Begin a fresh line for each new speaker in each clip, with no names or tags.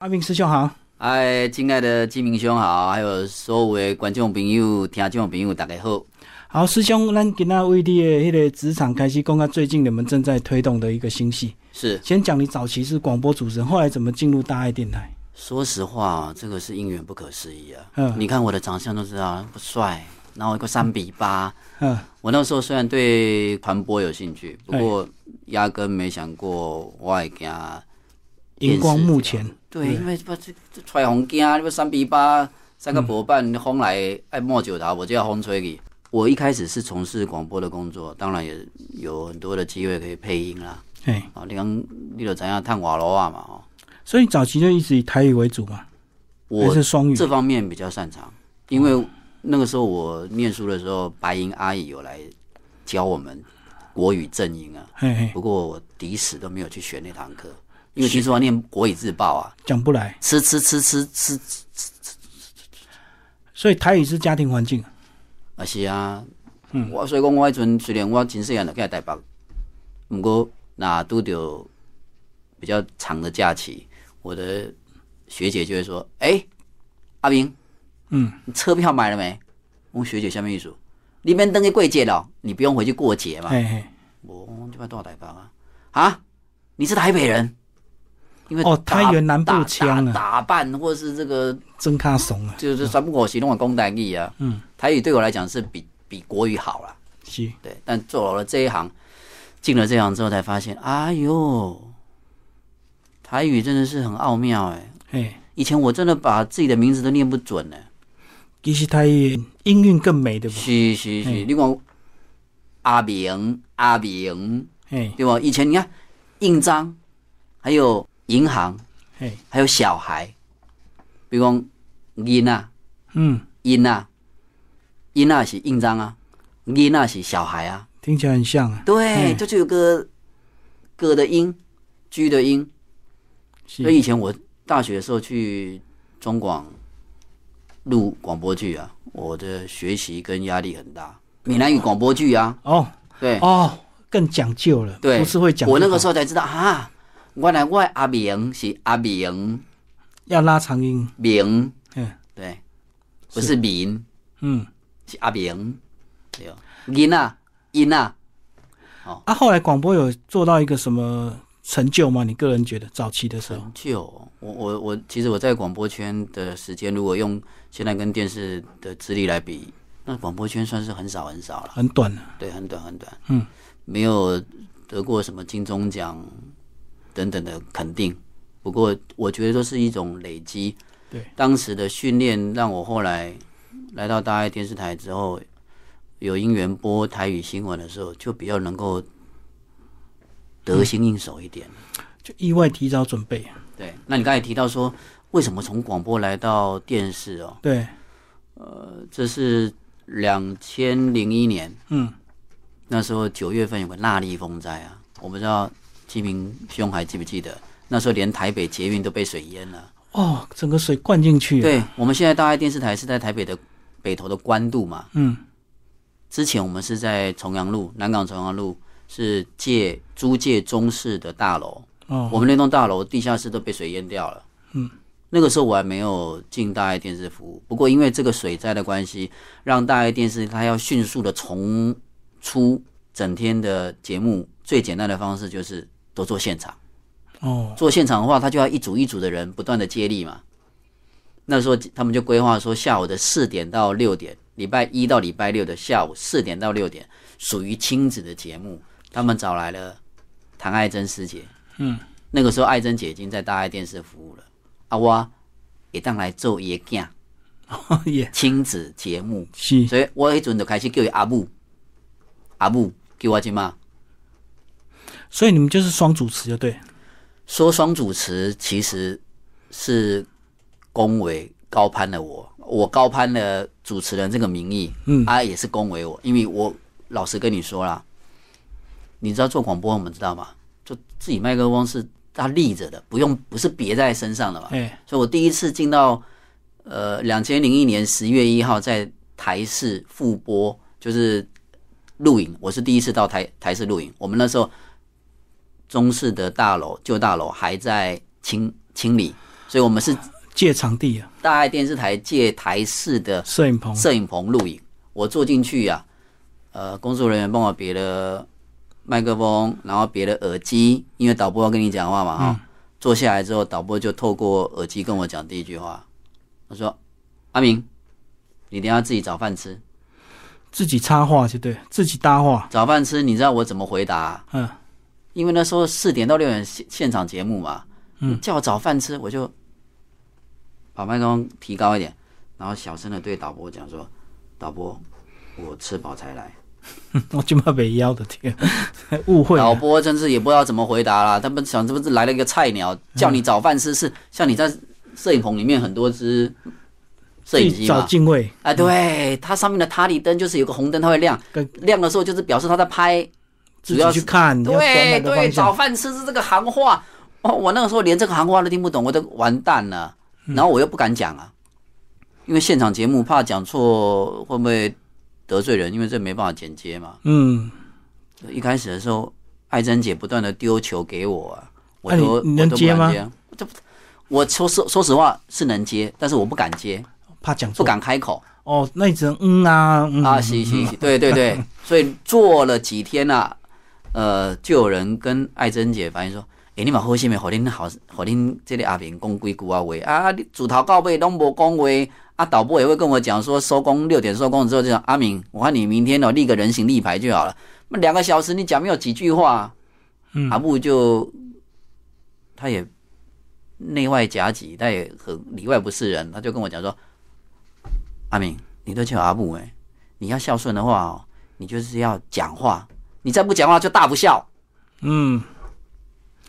阿明师兄好，
哎，亲爱的金明兄好，还有所有的观众朋友、听众朋友，大家好。
好师兄，咱今仔为你的迄个职场开始讲到最近你们正在推动的一个新戏。
是，
先讲你早期是广播主持人，后来怎么进入大爱电台？
说实话，这个是因缘不可思议啊。
嗯
你看我的长相都知道，不帅，然后一个三比八。
嗯，
我那时候虽然对传播有兴趣，不
哎
过压根没想过我会跟他
荧光幕前，
对，因为不这这吹风镜啊，你要三比八，三
嗯
个博伴，风来爱莫九头，我就要风吹你。我一开始是从事广播的工作，当然也有很多的机会可以配音啦。
哎，
啊，你讲你就怎样探瓦罗啊嘛？哦，
所以早期就一直以台语为主嘛，还
我
是双语？
这方面比较擅长，因为那个时候我念书的时候，白银阿姨有来教我们国语正音啊。
嘿嘿，
不过我抵死都没有去学那堂课，因为听说要念国语日报啊，
讲不来，
吃吃吃吃吃，
所以台语是家庭环境。
啊是啊。
嗯
我所以讲，我迄阵虽然我真细汉就起来台北，不过那拄着比较长的假期，我的学姐就会说：“哎、阿明，
嗯，
你车票买了没？我学姐下面一说，你免等去过节了，你不用回去过节嘛。
嘿嘿，
我这边多少台北啊？啊，你是台北人？因为
哦
打
台原南部
打
腔啊
打打扮或是这个
真卡怂啊了，
就是三不五时拢会讲台语啊。嗯，台语对我来讲是比比国语好啦。
是
对，但做了这一行，进了这行之后才发现，哎呦，台语真的是很奥妙哎、
嘿。
以前我真的把自己的名字都念不准欸呢、
其实台语音韵更美，对不？
是是是，你讲阿明阿明，
嘿，
对吧？以前你看印章，还有银行，
嘿，
还有小孩，比如讲囡啊
嗯，
囡啊，囡啊是印章啊，囡啊是小孩啊，
听起来很像啊。
对，这就有个个的音，g 的音。
是
所以以前我大学的时候去中广录广播剧啊，我的学习跟压力很大。闽南语广播剧啊，
哦
对
哦，更讲究了，
对，
不是会讲就好。
我那个时候才知道啊，原来我的阿明是阿明
要拉长音，
明，
嗯
对，不是明，
嗯。
是阿明，对哦，音啊音啊，哦
啊，后来广播有做到一个什么成就吗？你个人觉得早期的时候，
成就。哦我我我，其实我在广播圈的时间，如果用现在跟电视的资历来比，那广播圈算是很少很少了。
很短了，
对，很短很短，
嗯，
没有得过什么金钟奖等等的肯定。不过我觉得都是一种累积。
对，
当时的训练让我后来来到大爱电视台之后，有因缘播台语新闻的时候，就比较能够得心应手一点。
嗯就意外提早准备。
对，那你刚才提到说，为什么从广播来到电视哦？
对，
呃这是两千零一年，
嗯，
那时候九月份有个纳利风灾啊，我不知道金明兄还记不记得，那时候连台北捷运都被水淹了。
哦，整个水灌进去了。，啊
对，我们现在大爱电视台是在台北的北投的关渡嘛，
嗯，
之前我们是在重阳路、南港重阳路，是借租借中式的大楼，
哦，
我们那栋大楼地下室都被水淹掉了。
嗯，
那个时候我还没有进大爱电视服务，不过因为这个水灾的关系，让大爱电视它要迅速的重出整天的节目，最简单的方式就是多做现场。
哦，
做现场的话，他就要一组一组的人不断的接力嘛。那时候他们就规划说，下午的四点到六点，礼拜一到礼拜六的下午四点到六点，属于亲子的节目。他们找来了唐爱珍师姐，
嗯，
那个时候爱珍姐已经在大爱电视服务了，啊，我也当来做夜镜
也
亲子节目，
是
所以我迄阵就开始叫伊阿母，阿母叫我即嘛。
所以你们就是双主持就对。
说双主持其实是恭维高攀了我，我高攀了主持人这个名义，
嗯
啊也是恭维我，因为我老实跟你说啦，你知道做广播我们知道吗？就自己麦克风是它立着的，不用不是别在身上的嘛，
哎，
所以我第一次进到呃两千零一年十月一号在台视复播，就是录影，我是第一次到台台视录影。我们那时候中式的大楼旧大楼还在清清理，所以我们是
借场地啊，
大爱电视台借台式的
摄影棚，
摄影棚录影。我坐进去呀、呃，工作人员帮我别了麦克风，然后别了耳机，因为导播要跟你讲话嘛，哈、哦坐下来之后，导播就透过耳机跟我讲第一句话，他说：“阿明，你等一下自己找饭吃，
自己插画就对，自己搭画，
找饭吃。”你知道我怎么回答、啊
嗯，
因为那时候四点到六点现现场节目嘛，嗯，叫我找饭吃，我就把麦克风提高一点，然后小声的对导播讲说：“导播，我吃饱才来。”
我就怕被邀的天， 误会啊
导
了，
播真是也不知道怎么回答啦。他们想这不是来了一个菜鸟，叫你找饭吃，是像你在摄影棚里面很多只摄
自
影
己
机
找
嘛？
敬畏，
啊，对，它上面的塔里灯就是有个红灯，它会亮
跟，
亮的时候就是表示他在拍。
自
主要
己
是
去看，要转哪
对
个方
对，
向
找，饭吃是这个行话。哦，我那个时候连这个行话都听不懂，我都完蛋了。
嗯
然后我又不敢讲啊，因为现场节目怕讲错会不会得罪人，因为这没办法剪接嘛。
嗯，
一开始的时候，艾珍姐不断的丢球给我、啊，我
那你
都、
你
我
能
都不
接吗
敢接啊。我这我说实说实话是能接，但是我不敢接，
怕讲
不
错，
敢开口
哦，那你只能嗯啊，嗯
啊！行行行，对 对对，所以做了几天啊，呃，就有人跟艾珍姐反映说：“诶、你嘛好心的，互恁好，互恁这个阿明讲几句啊话啊，你自头到尾拢无讲话。”啊，导播也会跟我讲说，收工六点收工之后就讲阿明，我看你明天哦立个人形立牌就好了。那两个小时你讲没有几句话、啊，
嗯
阿布就他也内外夹击，他也很里外不是人，他就跟我讲说：“阿明，你都叫阿布哎、你要孝顺的话哦，你就是要讲话，你再不讲话就大不孝。
嗯，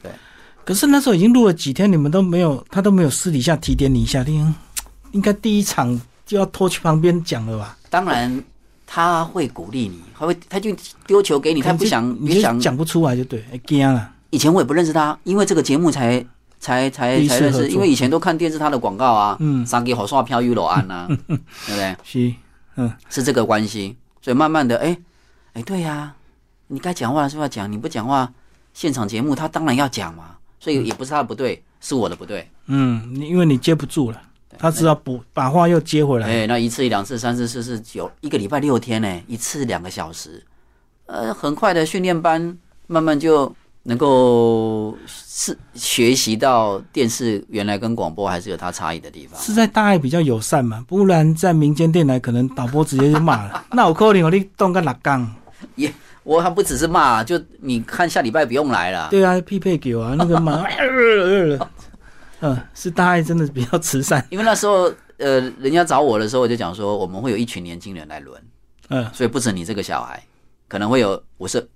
对。
可是那时候已经录了几天，你们都没有，他都没有私底下提点你一下，你应应该第一场就要拖去旁边讲了吧？”
当然他会鼓励你，他会他就丢球给你，他不想
你
你
就
想。
讲不出来就对，哎惊了，
以前我也不认识他，因为这个节目才才才
第一次
才认
合
识，
作
因为以前都看电视他的广告啊，
嗯
三给好耍飘雨罗安呐、对不 对？
是，嗯，
是这个关系，所以慢慢的，哎，哎，对呀、你该讲话的时候要讲，你不讲话，现场节目他当然要讲嘛，所以也不是他的不对，是我的不对。
嗯，你因为你接不住了，他只好补把话又接回来，
哎，那一次、一两次、三次、四次、九，一个礼拜六天呢，一次两个小时，呃，很快的训练班，慢慢就能够是学习到电视原来跟广播还是有它差异的地方。
是在大爱比较友善嘛，不然在民间电台可能导播直接就骂 了，那我可能我你动个六杠，
我还不只是骂，就你看下礼拜不用来了。
对啊，匹配给我啊，那个 骂， 嗯，是大爱真的比较慈善，
因为那时候，呃，人家找我的时候，我就讲说我们会有一群年轻人来轮，
嗯
所以不止你这个小孩，可能会有我是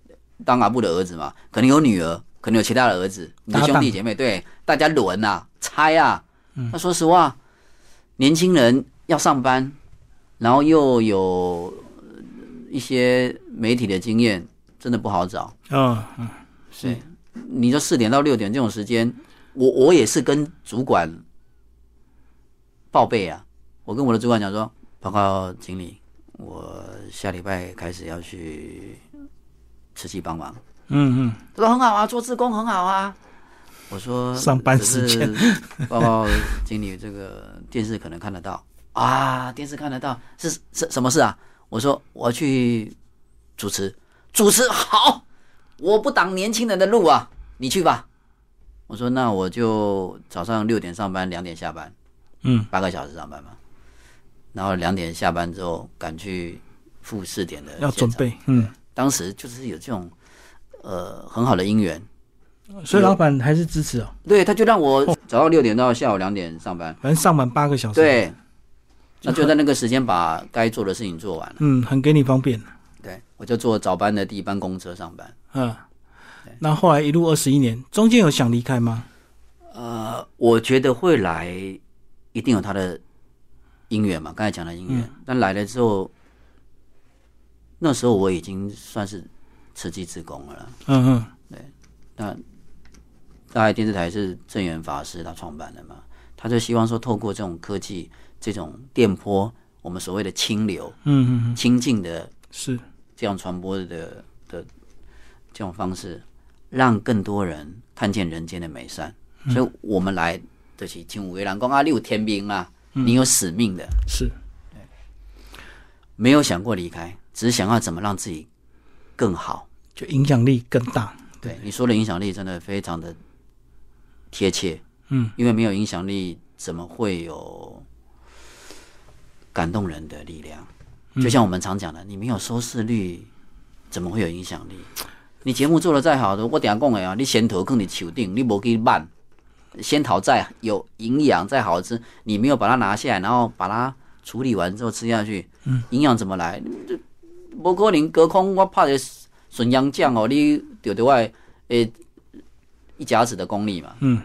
当阿布的儿子嘛，可能有女儿，可能有其他的儿子，你的
搭档
兄弟姐妹，对，大家轮啊，猜啊。那说实话，年轻人要上班，然后又有呃一些媒体的经验，真的不好找。
嗯嗯，
对，你就四点到六点这种时间，我我也是跟主管报备啊，我跟我的主管讲说，报告经理，我下礼拜开始要去慈济帮忙。
嗯
他说很好啊，做志工很好啊。我说
上班时间，
可是报告经理，这个电视可能看得到啊，电视看得到是是什么事啊？我说我要去主持，主持好，我不挡年轻人的路啊，你去吧。我说那我就早上六点上班，两点下班，
嗯，
八个小时上班嘛。然后两点下班之后赶去赴四点的
嗯，要
现
准
场。
备，嗯。
当时就是有这种呃很好的姻缘，
所以老板还是支持哦，
对，他就让我早上六点到下午两点上班，
反正上班八个小时，，
对，哦那就在那个时间把该做的事情做完了。
嗯，很给你方便，
对，我就坐早班的第一班公车上班。
嗯。那后来一路二十一年，中间有想离开吗？
呃，我觉得会来，一定有他的姻缘嘛，刚才讲的姻缘。但来了之后，那时候我已经算是慈济志工了啦。
嗯嗯，
那大爱电视台是正源法师他创办的嘛，他就希望说透过这种科技、这种电波，我们所谓的清流、
嗯嗯嗯，
清净的
是，
这样传播的的这种方式，让更多人看见人间的美善。所以我们来就是像有个人讲啊，你有天命啊，你有使命的，
是
没有想过离开，只是想要怎么让自己更好。
就影响力更大。
对你说的影响力真的非常的贴切，嗯，因为没有影响力，怎么会有感动人的力量？就像我们常讲的，你没有收视率，怎么会有影响力？你节目做的再好的，我等下讲的啊，你先头跟你求定，你没去慢，仙桃再有营养再好吃，你没有把它拿下来，然后把它处理完之后吃下去，嗯，营养怎么来？这不可能隔空我拍个纯阳酱哦，你丢丢外诶一甲子的功力嘛，
嗯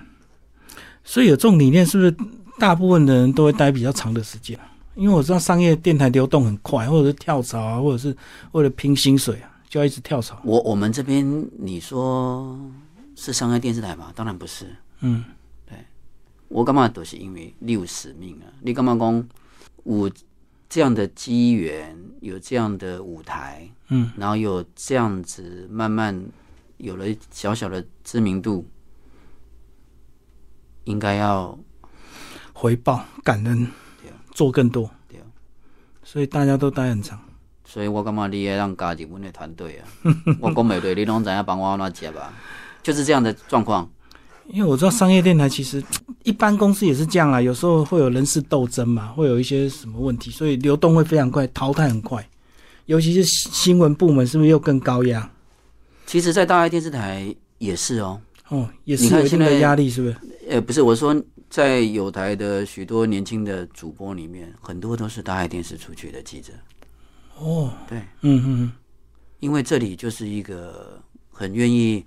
所以有这种理念，是不是大部分的人都会待比较长的时间啊？因为我知道商业电台流动很快，或者是跳槽啊，或者是为了拼薪水啊，就要一直跳槽。
我我们这边你说是商业电视台吗？当然不是。
嗯，
对，我干嘛都是因为你有使命啊，你干嘛讲有这样的机缘，有这样的舞台，
嗯，
然后有这样子慢慢有了小小的知名度，应该要
回报、感恩
对啊，
做更多
对啊。
所以大家都待很长。
所以我感觉你也让加入阮的团 队啊，我讲袂对，你拢知影帮我安怎接吧，就是这样的状况。
因为我知道商业电台其实一般公司也是这样啦，有时候会有人事斗争嘛，会有一些什么问题，所以流动会非常快，淘汰很快。尤其是新闻部门是不是又更高压？
其实，在大爱电视台也是哦，
哦，也是
你看
有一定的
现在
压力，是不是？
呃，不是我说，在有台的许多年轻的主播里面，很多都是大爱电视出去的记者，
哦，
对，
嗯嗯嗯，
因为这里就是一个很愿意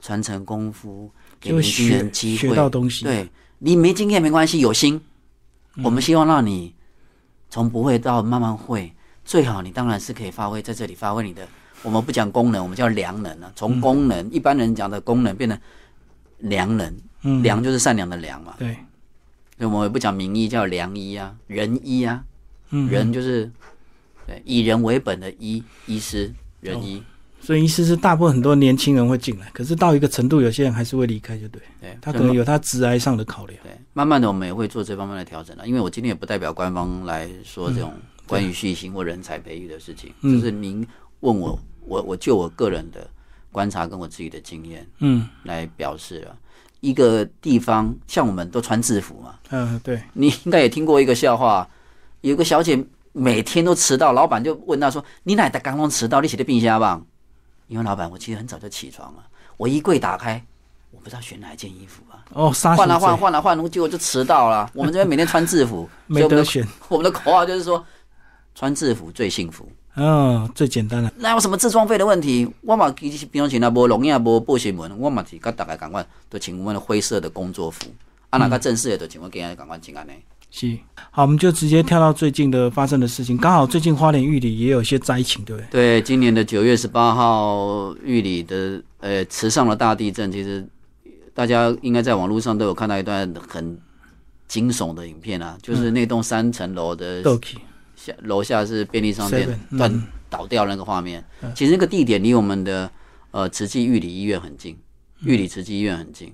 传承功夫给
就会
年轻
学
人机
学
会，
到东西。，
对你没经验没关系，有心，我们希望让你从不会到慢慢会，最好你当然是可以发挥在这里发挥你的。我们不讲功能，我们叫良能啊，
嗯
从功能、一般人讲的功能变成良能，
嗯，
良就是善良的良嘛，
对，
所以我们也不讲名医叫良医啊，仁医啊，
嗯，
仁就是对以人为本的医医师仁医。
所以意思是大部分很多年轻人会进来，可是到一个程度，有些人还是会离开，就对。
对，
他可
所以
能有他职癌上的考量。
对，慢慢的我们也会做这方面的调整了，因为我今天也不代表官方来说这种关于续薪或人才培育的事情，
嗯
就是您问我，我我就我个人的观察跟我自己的经验
嗯
来表示了。一个地方像我们都穿制服嘛，
嗯，对，
你应该也听过一个笑话，有个小姐每天都迟到，老板就问她说：“你哪刚刚迟到？你写的冰箱吧？”因为老板，我其实很早就起床了，我衣柜打开，我不知道选哪一件衣服啊。
哦，杀
换来
手
换
锏
换来换，结果就迟到 了。我们这边每天穿制服，所以
没
我们
得
的
选，
我们的口号就是说，穿制服最幸福。
嗯，最简单了。
那有什么自装费的问题？我嘛其实平常时啊，无龙也无报新闻，我嘛是跟大家赶快都请我们的灰色的工作服，啊，哪个正式的都请我给人赶快请安呢。
是，好，我们就直接跳到最近的发生的事情。刚好最近花莲玉里也有一些灾情，对不对？
对，今年的九月十八号，玉里的呃池上的大地震，其实大家应该在网络上都有看到一段很惊悚的影片啊，就是那栋三层楼的
豆皮，
下楼下是便利商店
Seven，嗯
断倒掉那个画面。其实那个地点离我们的呃慈济玉里医院很近，
嗯
玉里慈济医院很近，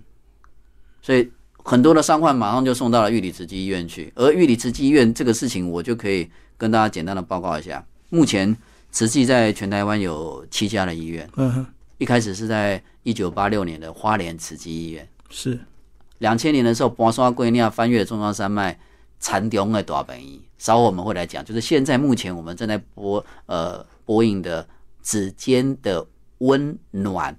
所以很多的伤患马上就送到了玉里慈济医院去。而玉里慈济医院这个事情，我就可以跟大家简单的报告一下。目前慈济在全台湾有七家的医院，
嗯哼，
一开始是在一九八六年的花莲慈济医院，
是，
两千年的时候，拔刷圭亚啊翻越中央山脉，禅中的大本营。稍后我们会来讲，就是现在目前我们正在播呃播映的《指尖的温暖》，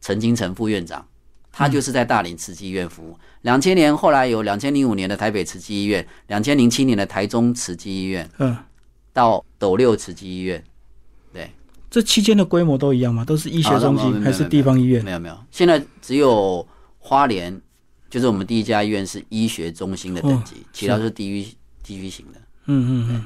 陈金城副院长，他就是在大林慈济医院服务。两千年后来有两千零五年的台北慈济医院，两千零七年的台中慈济医院，
嗯，
到斗六慈济医院。
这期间的规模都一样吗？都是医学中
啊那
心
没有
还是地方医院？
没有没有，现在只有花莲，就是我们第一家医院是医学中心的等级，
哦
其他是地域地域型的。
嗯嗯嗯，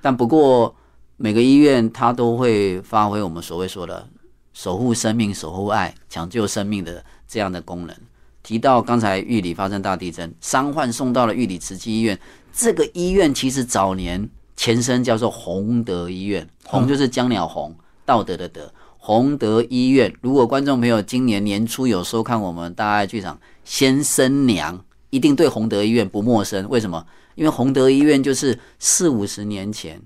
但不过每个医院它都会发挥我们所谓说的守护生命、守护爱、抢救生命的这样的功能。提到刚才玉里发生大地震，伤患送到了玉里慈济医院。这个医院其实早年前身叫做洪德医院，洪就是江鸟洪，道德的德。洪德医院，如果观众朋友今年年初有收看我们大爱剧场《先生娘》一定对洪德医院不陌生。为什么？因为洪德医院就是四五十年前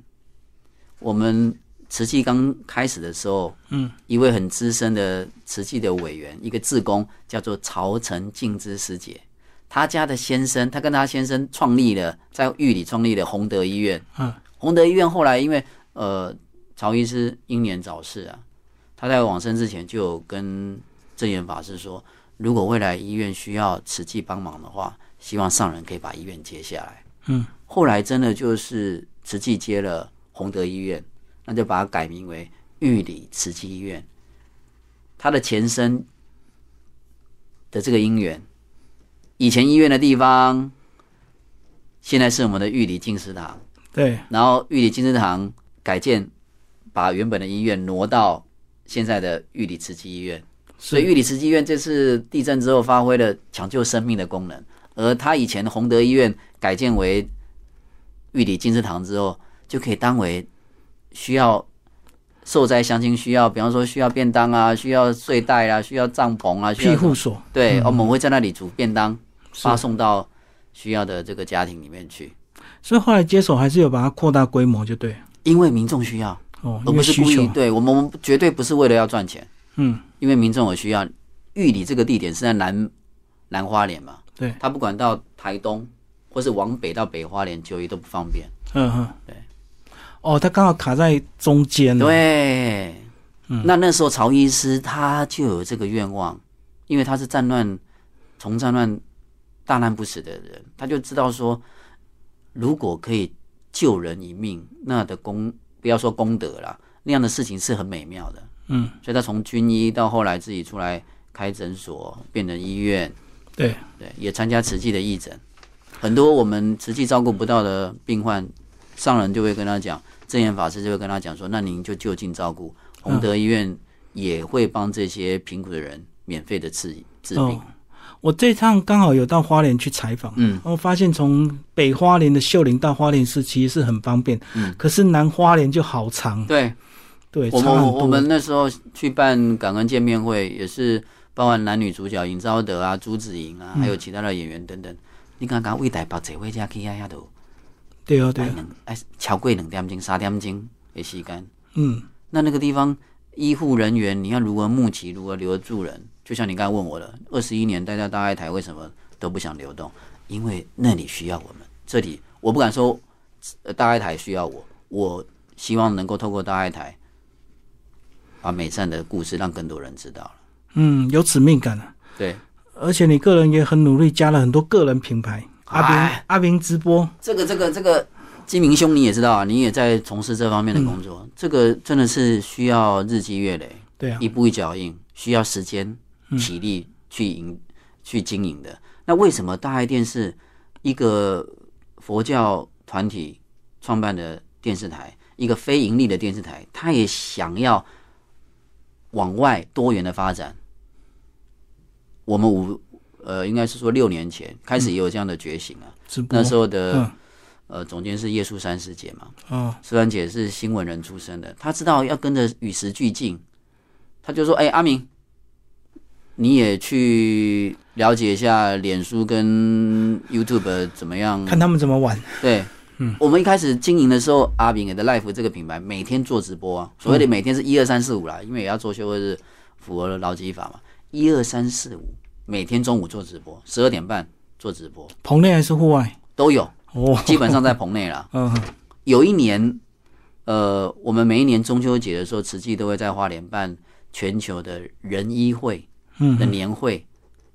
我们慈济刚开始的时候，嗯，一位很资深的慈济的委员，一个志工叫做曹成静之师姐，她家的先生，她跟她先生创立了在玉里创立了洪德医院。
嗯，
洪德医院后来因为呃曹医师英年早逝啊，他在往生之前就有跟正言法师说，如果未来医院需要慈济帮忙的话，希望上人可以把医院接下来。
嗯，
后来真的就是慈济接了洪德医院，那就把它改名为玉里慈济医院。它的前身的这个因缘，以前医院的地方，现在是我们的玉里净师堂。
对，
然后玉里金字堂改建，把原本的医院挪到现在的玉里慈济医院。所以
是
玉里慈济医院这次地震之后发挥了抢救生命的功能，而它以前的洪德医院改建为玉里金字堂之后，就可以当为需要受灾乡亲需要，比方说需要便当啊，需要睡袋啊，需要帐篷啊，需要
庇
什么
护所，
对，我们会在那里煮便当
是
发送到需要的这个家庭里面去，
所以后来接手还是有把它扩大规模，就对了
因为民众需要。
哦，
而
因
不
为
是
需
故意
求。
对我们，我们绝对不是为了要赚钱，
嗯，
因为民众有需要。玉里这个地点是在南南花莲嘛，
对，
他不管到台东或是往北到北花莲就医都不方便。
嗯嗯，
对。
哦，它刚好卡在中间了。
对，那那时候曹医师他就有这个愿望，因为他是战乱从战乱大难不死的人，他就知道说，如果可以救人一命，那的功不要说功德啦，那样的事情是很美妙的。
嗯，
所以他从军医到后来自己出来开诊所，变成医院，
对，
对，也参加慈济的义诊，很多我们慈济照顾不到的病患，上人就会跟他讲，正言法师就会跟他讲说，那您就就近照顾。洪
嗯
德医院也会帮这些贫苦的人免费的治治病。
哦我这趟刚好有到花莲去采访，
嗯，
我发现从北花莲的秀林到花莲市其实是很方便，
嗯，
可是南花莲就好长，
对
对，
我
差
们
很
我
多。
们那时候去办感恩见面会，也是包含男女主角尹昭德啊、朱子莹
嗯
啊，还有其他的演员等等。你刚刚为台北坐火车去啊遐遐都，
对哦，对
哎
哦，
两哎超过两点钟、三点钟的时间。
嗯，
那那个地方医护人员，你要如何募集，如何留住人？就像你刚才问我的，二十一年待在大爱台，为什么都不想流动？因为那里需要我们，这里我不敢说，呃，大爱台需要我，我希望能够透过大爱台，把美善的故事让更多人知道了。
嗯，有使命感啊，
对，
而且你个人也很努力，加了很多个人品牌，阿
哎
明阿明直播，
这个这个这个，金明兄你也知道啊，你也在从事这方面的工作，
嗯
这个真的是需要日积月累。
对啊，嗯
一步一脚印，需要时间、体力去营、去经营的。那为什么大爱电视一个佛教团体创办的电视台，一个非盈利的电视台，它也想要往外多元的发展？我们五呃，应该是说六年前开始也有这样的觉醒啊。
直播
那时候的、
嗯
呃总监是叶树山师姐嘛，
哦，
苏珊姐是新闻人出身的，她知道要跟着与时俱进，她就说：“哎、阿明，你也去了解一下脸书跟 YouTube 怎么样
看他嗯们怎么玩，？”
对，我们一开始经营的时候，阿明的 Life 这个品牌每天做直播啊，所谓
嗯
的每天是一二三四五啦，因为也要做休或是符合劳基法嘛，一二三四五每天中午做直播，十二点半做直播
棚内还是户外？
都有，
哦，
基本上在棚内啦。
嗯，
有一年，呃，我们每一年中秋节的时候，慈济都会在花莲办全球的人医会
嗯
的年会。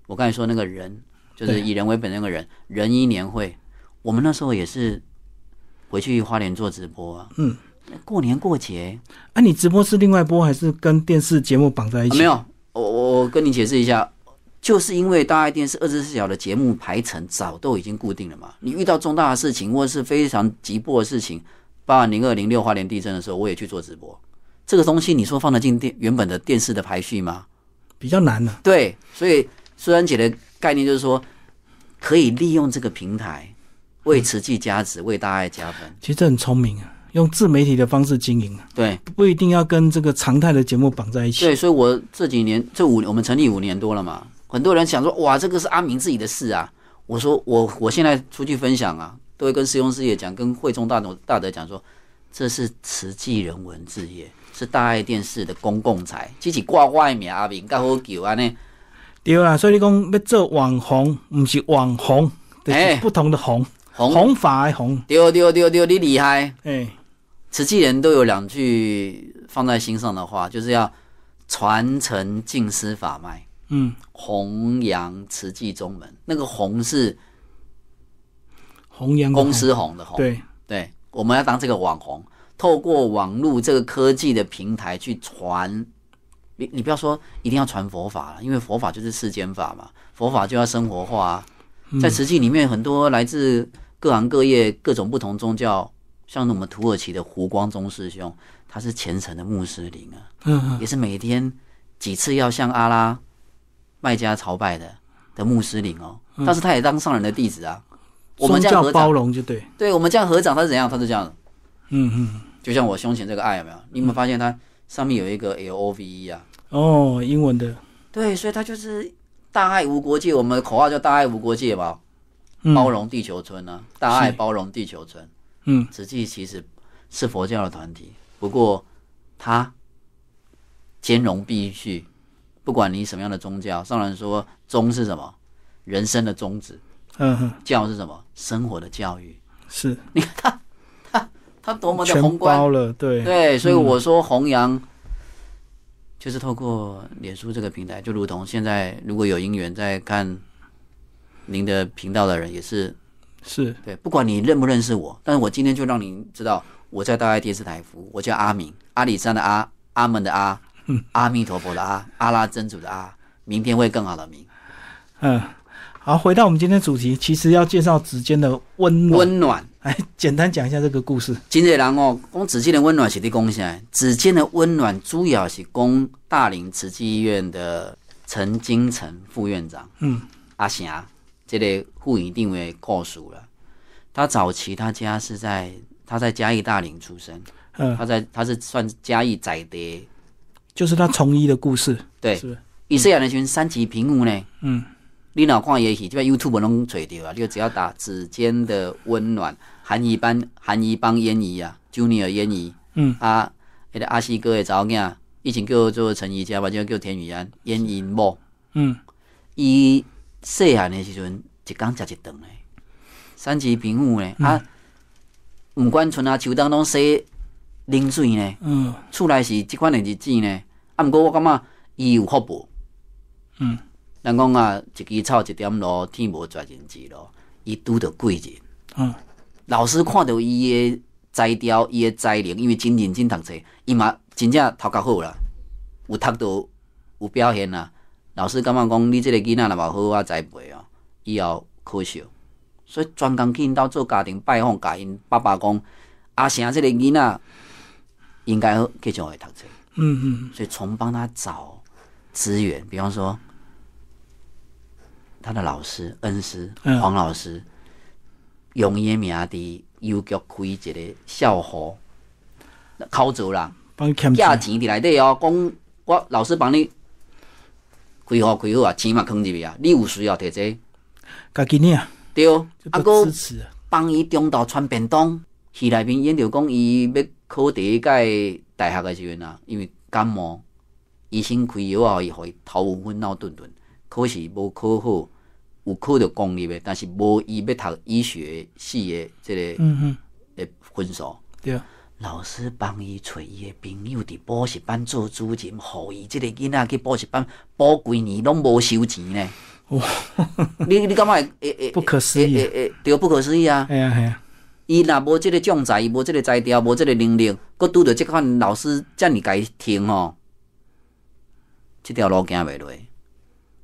我刚才说那个人，就是
对
以人为本那个人，人医年会。我们那时候也是回去花莲做直播啊。
嗯，
过年过节、
啊，你直播是另外播还是跟电视节目绑在一
啊
起？
没有，我我我跟你解释一下。就是因为大爱电视二十四小时的节目排程早都已经固定了嘛，你遇到重大的事情或是非常急迫的事情，八零二零六花莲地震的时候，我也去做直播。这个东西你说放得进电原本的电视的排序吗？
比较难啊呢、
对，所以苏珊姐的概念就是说，可以利用这个平台为慈济加值，为大爱加分。
其实很聪明啊，用自媒体的方式经营啊，
对
不一定要跟这个常态的节目绑在一起。
对，所以我这几年这五我们成立五年多了嘛，很多人想说哇，这个是阿明自己的事啊。我说我我现在出去分享啊，都会跟师兄师姐讲，跟会众大德大德讲说，这是慈济人文置业，是大爱电视的公共财，只是挂外面阿明较好球安尼。
对啦，所以你讲要做网红，不是网红，就是
哎
不同的红，
红
红法的红，
丢丢丢丢，你厉害！
哎，
慈济人都有两句放在心上的话，就是要传承净师法脉，
嗯，
弘扬慈济宗门。那个“弘”是
弘扬的
公司红的“
红，
红”，
对，
对，我们要当这个网红，透过网络这个科技的平台去传。你你不要说一定要传佛法了，因为佛法就是世间法嘛，佛法就要生活化、啊。
嗯
在实际里面，很多来自各行各业、各种不同宗教，像我们土耳其的胡光宗师兄，他是虔诚的穆斯林啊，
嗯，
也是每天几次要向阿拉麦加朝拜的的穆斯林哦，但是他也当上人的弟子啊。
嗯
我
宗
们这样
教
合掌
包容就对，
对我们这样合掌，他是怎样？他是这样，
嗯嗯，
就像我胸前这个爱有没有？你有没有发现它上面有一个 L O V E 啊？
哦，英文的，
对，所以它就是大爱无国界，我们的口号叫大爱无国界嘛，
嗯
包容地球村啊，大爱包容地球村。
嗯，
慈济其实是佛教的团体，不过它兼容并蓄，不管你什么样的宗教，上人说宗是什么？人生的宗旨，
嗯嗯，
教是什么？生活的教育，
是
它多么的宏
全
观啊
包了，对，
对，所以我说弘扬，就是透过脸书这个平台，就如同现在如果有姻缘在看您的频道的人，也是
是，
对，不管你认不认识我，但是我今天就让您知道我在大爱电视台服务，我叫阿明，阿里山的阿，阿门的阿，阿弥陀佛的阿，阿拉真主的阿，明天会更好的明，
嗯，好，回到我们今天主题，其实要介绍指尖的温暖，
温暖。
来简单讲一下这个故事，
真侪人哦，讲子健的温暖是伫讲啥？子健的温暖主要是讲大林慈济医院的陈金城副院长，
嗯，
阿霞，这个护院定为故事了。他早期他家是在他在嘉义大林出生，
嗯，
他在他是算嘉义在地，
就是他从医的故事，
对
是不是，
伊细汉的时阵三级贫户呢，
嗯，
你若看伊戏，即摆 YouTube 拢找着啊，你就只要打指尖的温暖，韩怡班、韩怡帮烟怡啊，Junior 烟怡，
嗯，
啊，迄个阿西哥的查某囝，以前叫做陈怡佳吧，即摆叫田雨安，烟怡某，
嗯，
伊细汉的时阵，一工食一顿嘞，三级贫户嘞，啊，毋管春夏秋冬拢洗冷水呢，
嗯，
厝内是即款的日子呢，啊，毋过我感觉伊有福报。
嗯，
人讲啊，一枝草一点露，天无绝人之路。伊拄着贵人，
嗯，
老师看到伊的才调，伊的才能，因为真认真读册，伊嘛真正头壳好啦，有读到有表现啦。老师感觉讲你即个囡仔若无好啊栽培哦，以后可惜。哦所以专工去因兜做家庭拜访，甲因爸爸讲，阿成即个囡仔应该好继续会读册。
嗯嗯，
所以从帮他找资源，比方说他的老师恩师
嗯
黄老师，用伊的名伫邮局开一个校号，考走啦，
帮你看
寄钱伫内底哦，讲我老师帮你开好开好啊，钱嘛囥入去啊，你有需要摕这个
家己念，
对，啊
这
哥
个支持啊，
帮伊中途穿便当。戏内面演着讲，伊要考第一届大学的时阵啊，因为感冒，医生开药啊，伊互伊头昏昏脑顿顿，可是无考好，有考着公立的，但是无伊要读医学系的即个
嗯嗯，
的分数。
对啊，
老师帮伊找伊的朋友伫补习班做主任，互伊即个囡仔去补习班补几年拢无收钱呢。
哇，
你你感觉会会会
不可思议啊
会会会对，不可思议啊！
哎呀哎呀，
伊若无即个将才，伊无即个才调，无即个能力，佮拄着即款老师遮尔家听吼，即条路行袂落。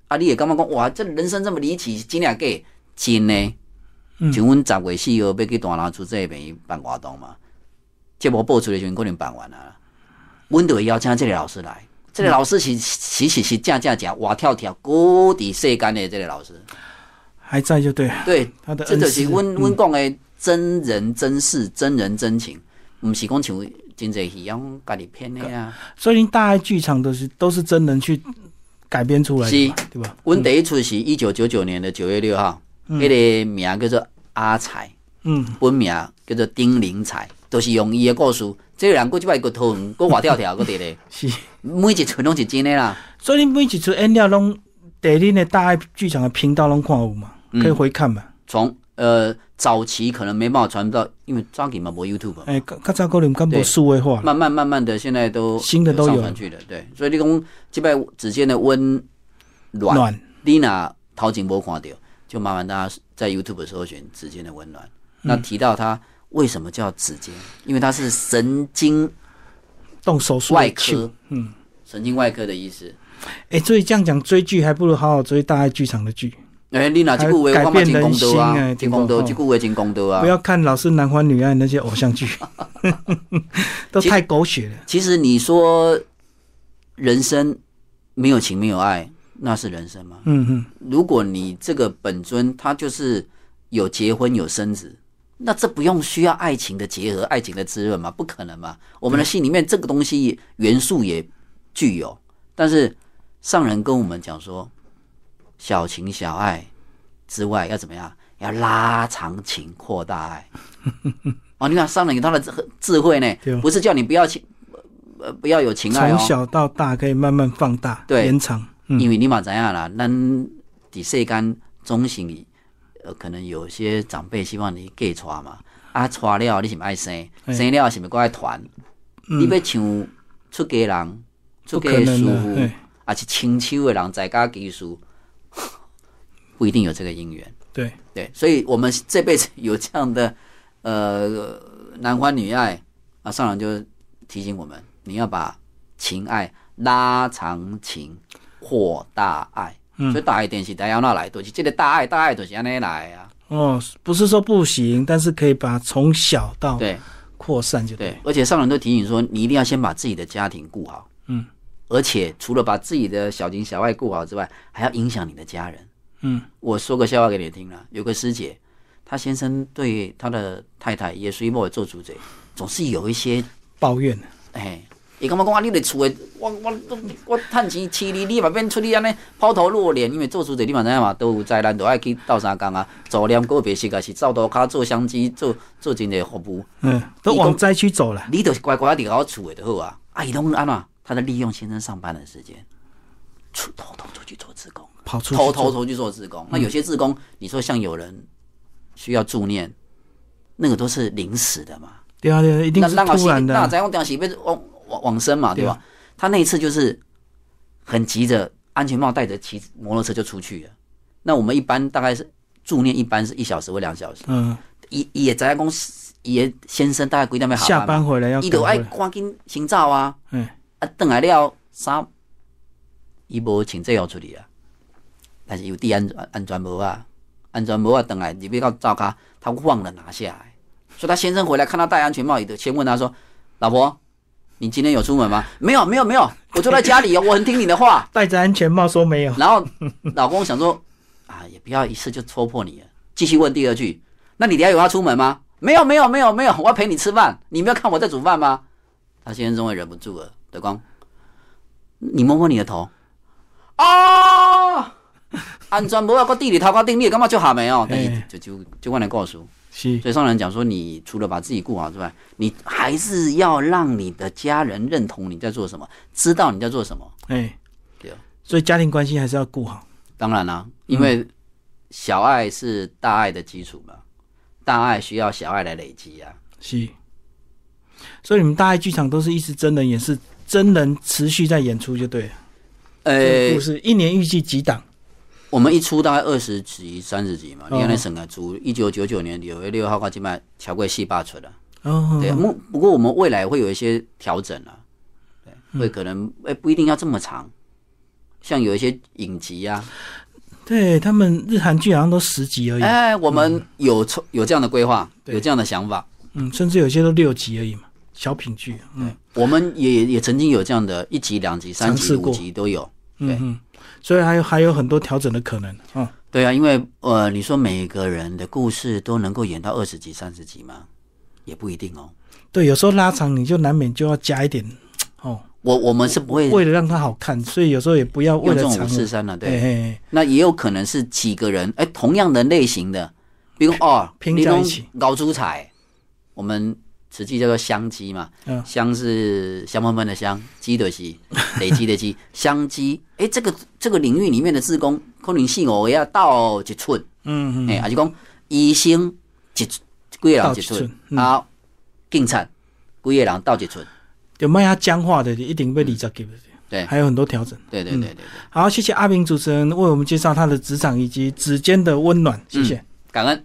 啊，你会感觉讲哇，这人生这么离奇，是真俩假的？真诶！
嗯
像阮十月四号要去大南出这个院办活动嘛，节目播出的时阵可能办完啊，阮就会邀请即个老师来。即个老师是其实是正正正活跳跳，高伫世间的即个老师，
还在就对，
对，
他的
这
恩嗯
就
师，
是阮阮讲的真人真事、真人真情，毋是讲像真侪戏，讲家己编的啊。
所以大爱剧场都是都是真人去改编出来的嘛，对吧？
阮第一出是一九九九年的九月六号，迄个名叫做阿才，
嗯，
本名叫做丁灵才，都、是用伊的故事。这个人过即摆个头，过活跳跳，个伫咧，
是。
每一出拢是真的啦。
所以你每一出演了拢，在恁的大爱剧场的频道拢看有嘛，
嗯
可以回看嘛。
从呃早期可能没办法传到，因为抓紧嘛，无 YouTube 嘛。
哎、较较早可能敢无
对
数位化了，
慢慢慢慢的，现在都
新的都有
上传去了，对，所以你讲即摆只见的温暖，
暖
你若头前无看到，就麻烦大家在 YouTube 搜寻“指尖的温暖”
嗯
那提到它为什么叫指尖，因为它是神经
动手术
外
的手。
科，嗯，神经外科的意思。
哎、所以这样讲追剧，还不如好好追大爱剧场的剧，
哎、你若即句
改
话，我嘛
变
真
人
公
心
道啊，
哎
真公道，
真
即句话真公道啊
不。要看老是男欢女爱那些偶像 剧， 都太狗血了。
其实你说人生没有情没有爱，那是人生吗？
嗯嗯，
如果你这个本尊他就是有结婚有生子，那这不用需要爱情的结合、爱情的滋润吗？不可能嘛！我们的心里面这个东西元素也具有，但是上人跟我们讲说，小情小爱之外要怎么样？要拉长情扩大 爱。哦，你看上人有他的智智慧
对哦
呢，不是叫你不要情，呃，不要有情爱
从
哦。
小到大可以慢慢放大、
对
延长。
因为你嘛知影啦，咱伫世间总是呃，可能有些长辈希望你嫁娶嘛，啊，娶了你是毋爱生，
嘿嗯
生了是毋爱传，你要像出家人、出
不
家
可
的
能
师
的
傅
嘿，
啊是清修的人在家居士， 不一定有这个姻缘。
对，
对，所以我们这辈子有这样的呃男欢女爱啊，上人就提醒我们，你要把情爱拉长情，扩大爱。所以大爱电视台要哪来，就是这个大爱，大爱就是安尼来啊。
哦，不是说不行，但是可以把从小到
对
扩散就对。
对，而且上人都提醒说，你一定要先把自己的家庭顾好。
嗯，
而且除了把自己的小情小爱顾好之外，还要影响你的家人。
嗯，
我说个笑话给你听啦，有个师姐，她先生对她的太太也水某做主者，总是有一些
抱怨
哎，伊感觉讲啊，你伫厝诶，我我我趁钱饲你，你嘛免出去安尼抛头露脸，因为做主者你嘛知影嘛，都有灾难都爱去斗相共啊，做念个别是啊，是走涂骹做相机，做做真侪服务，
嗯，都
你
往
讲
灾区走了。
你就是乖乖伫我厝诶就好啊。啊，伊拢安怎？他在利用先生上班的时间，出偷偷出去做志工。
跑出去
偷偷
做嗯
偷去做志工。那有些志工，你说像有人需要助念，那个都是临时的嘛，
对啊对啊，一定
那
是
那我
突然的
那
啊，
咱用掉洗被往往往生嘛，对吧？他那一次就是很急着，安全帽戴着，骑摩托车就出去了。那我们一般大概是助念，一般是一小时或两小时。
嗯，
伊伊也在公司，伊的先生大概几点要下
下
班嘛？
班回来要
伊就
赶
爱
回来
赶紧行走啊。
嗯，
啊，等来了啥？伊无穿制服出去啊，但是有戴安安全帽啊，安全帽啊，等来入去到灶卡，他忘了拿下来，所以他先生回来看他戴安全帽，也就先问他说：“老婆，你今天有出门吗？”“没有，没有，没有，我坐在家里哦，我很听你的话。
戴着安全帽说没有”，
然后老公想说：“啊，也不要一次就戳破你了，继续问第二句。那你等一下有要出门吗？”“没有，没有，没有，没有，我要陪你吃饭，你没有看我在煮饭吗？”他先生终于忍不住了，德光，你摸摸你的头，啊，安全帽啊，个地理头壳顶，你也感觉就好没哦，但是
哎
就就就我来告诉，
是
所以上人讲说，你除了把自己顾好之外，你还是要让你的家人认同你在做什么，知道你在做什么。
哎，
对啊
所以家庭关系还是要顾好。
当然啦、因
嗯
为小爱是大爱的基础嘛，大爱需要小爱来累积啊。
是，所以你们大爱剧场都是一直真人演示，真人持续在演出就对了。这个
呃
故，事一年预计几档？
我们一出大概二十集、三十集嘛，
嗯
你看那省个租，一九九九年九月六号到今麦超过四百出了。
哦，
对，啊不不过我们未来会有一些调整啊，
嗯
对，会可能哎、不一定要这么长，像有一些影集啊，
对他们日韩剧好像都十集而已，
哎、我们有抽有这样的规划，有这样的想法，
嗯，甚至有些都六集而已嘛，小品剧。嗯
我们也也曾经有这样的一集、两集、三
尝
集、
试过
五集都有。
嗯嗯，所以还有还有很多调整的可能。嗯，
对啊，因为呃，你说每个人的故事都能够演到二十集、三十集吗？也不一定哦。
对，有时候拉长你就难免就要加一点哦，
我我们是不会
为了让它好看，所以有时候也不要为
嗯用这
了
种
长
五
尾
四。三啊了，对。
哎哎，
那也有可能是几个人，哎，同样的类型的，比如说哦，
拼
你
在
讲
一起
搞猪彩，我们实际叫做香鸡嘛，
嗯
香是香喷喷的香，鸡的鸡，累积的 鸡，香鸡，哎，这个这个领域里面的志工，可能性我要啊到一寸，
嗯嗯，
哎、还是讲医生一几个人
到
一
一
寸
寸，嗯
啊，警察几个人到一寸，
有卖它僵化的，一定被李哲给的。
对
还有很多调整。
对对对对对，
嗯好，谢谢阿明主持人为我们介绍他的职场以及指尖的温暖，谢谢。
嗯感恩。